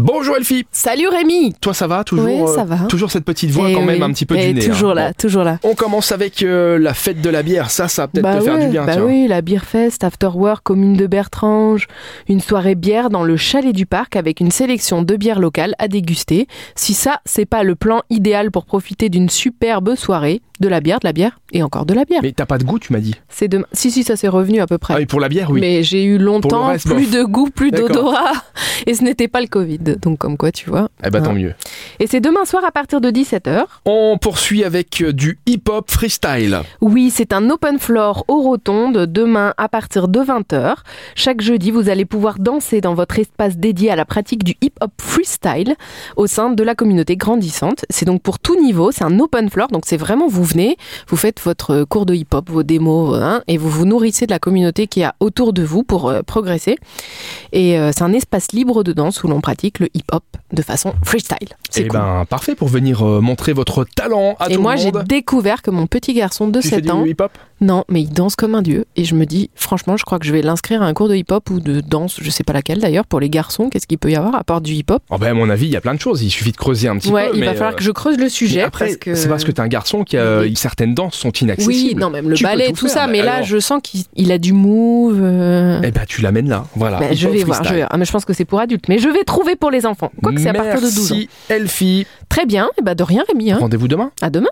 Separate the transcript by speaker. Speaker 1: Bonjour Elfie
Speaker 2: Salut Rémi
Speaker 1: Toi ça va toujours
Speaker 2: Oui, ça
Speaker 1: euh,
Speaker 2: va.
Speaker 1: Toujours cette petite voix
Speaker 2: Eh
Speaker 1: quand même
Speaker 2: oui.
Speaker 1: un petit peu
Speaker 2: Eh,
Speaker 1: du nez.
Speaker 2: Toujours
Speaker 1: hein.
Speaker 2: là,
Speaker 1: Bon.
Speaker 2: toujours là.
Speaker 1: On commence avec euh, la fête de la bière, ça ça va peut-être te faire
Speaker 2: ouais,
Speaker 1: du bien.
Speaker 2: bah
Speaker 1: tiens.
Speaker 2: oui, la Beer Fest, After Work, commune de Bertrange, une soirée bière dans le chalet du parc avec une sélection de bières locales à déguster. Si ça, c'est pas le plan idéal pour profiter d'une superbe soirée, de la bière, de la bière et encore de la bière.
Speaker 1: Mais t'as pas de goût tu m'as dit.
Speaker 2: C'est demain. Si si, ça s'est revenu à peu près.
Speaker 1: Ah oui pour la bière oui.
Speaker 2: Mais j'ai eu longtemps
Speaker 1: reste,
Speaker 2: plus de goût, plus
Speaker 1: D'accord.
Speaker 2: d'odorat et ce n'était pas le Covid. Donc comme quoi, tu vois.
Speaker 1: Eh bah tant
Speaker 2: Ouais.
Speaker 1: mieux.
Speaker 2: Et c'est demain soir à partir de 17h.
Speaker 1: On poursuit avec euh, du hip-hop freestyle.
Speaker 2: Oui, c'est un open floor aux rotondes demain à partir de 20h. Chaque jeudi, vous allez pouvoir danser dans votre espace dédié à la pratique du hip-hop freestyle au sein de la communauté grandissante. C'est donc pour tout niveau, c'est un open floor, donc c'est vraiment vous venez, vous faites votre cours de hip-hop, vos démos, hein, et vous vous nourrissez de la communauté qui a autour de vous pour euh, progresser. Et euh, c'est un espace libre de danse où l'on pratique le hip-hop de façon freestyle. C'est
Speaker 1: Eh
Speaker 2: cool.
Speaker 1: ben parfait pour venir euh, montrer votre talent à
Speaker 2: et
Speaker 1: tout
Speaker 2: moi,
Speaker 1: le
Speaker 2: j'ai
Speaker 1: monde.
Speaker 2: découvert que mon petit garçon de
Speaker 1: Tu fais
Speaker 2: 7
Speaker 1: du
Speaker 2: ans
Speaker 1: hip-hop
Speaker 2: non, mais il danse comme un dieu. Et je me dis, franchement, je crois que je vais l'inscrire à un cours de hip-hop ou de danse, je sais pas laquelle d'ailleurs, pour les garçons, qu'est-ce qu'il peut y avoir à part du hip-hop
Speaker 1: oh, ben, À mon avis il y a plein de choses, il suffit de creuser un petit
Speaker 2: Ouais,
Speaker 1: peu.
Speaker 2: il
Speaker 1: mais,
Speaker 2: va falloir
Speaker 1: euh,
Speaker 2: que je creuse le
Speaker 1: mais
Speaker 2: sujet.
Speaker 1: après,
Speaker 2: parce que...
Speaker 1: c'est parce que t'es un garçon qui a euh, certaines danses sont inaccessibles.
Speaker 2: Oui, non, même le
Speaker 1: Tu peux
Speaker 2: ballet,
Speaker 1: tout
Speaker 2: tout,
Speaker 1: faire,
Speaker 2: ça,
Speaker 1: mais
Speaker 2: mais là,
Speaker 1: alors
Speaker 2: je sens qu'il il a du move. euh,
Speaker 1: Eh ben tu l'amènes là, voilà.
Speaker 2: bah, je
Speaker 1: hip-hop
Speaker 2: vais voir, je
Speaker 1: freestyle.
Speaker 2: vais voir. Ah, mais je pense que c'est pour adultes. Mais je vais trouver pour les enfants. Quoique c'est à partir de 12 ans.
Speaker 1: Merci Elfie.
Speaker 2: Très bien, et bah de rien, Rémi. hein.
Speaker 1: Rendez-vous demain.
Speaker 2: À demain.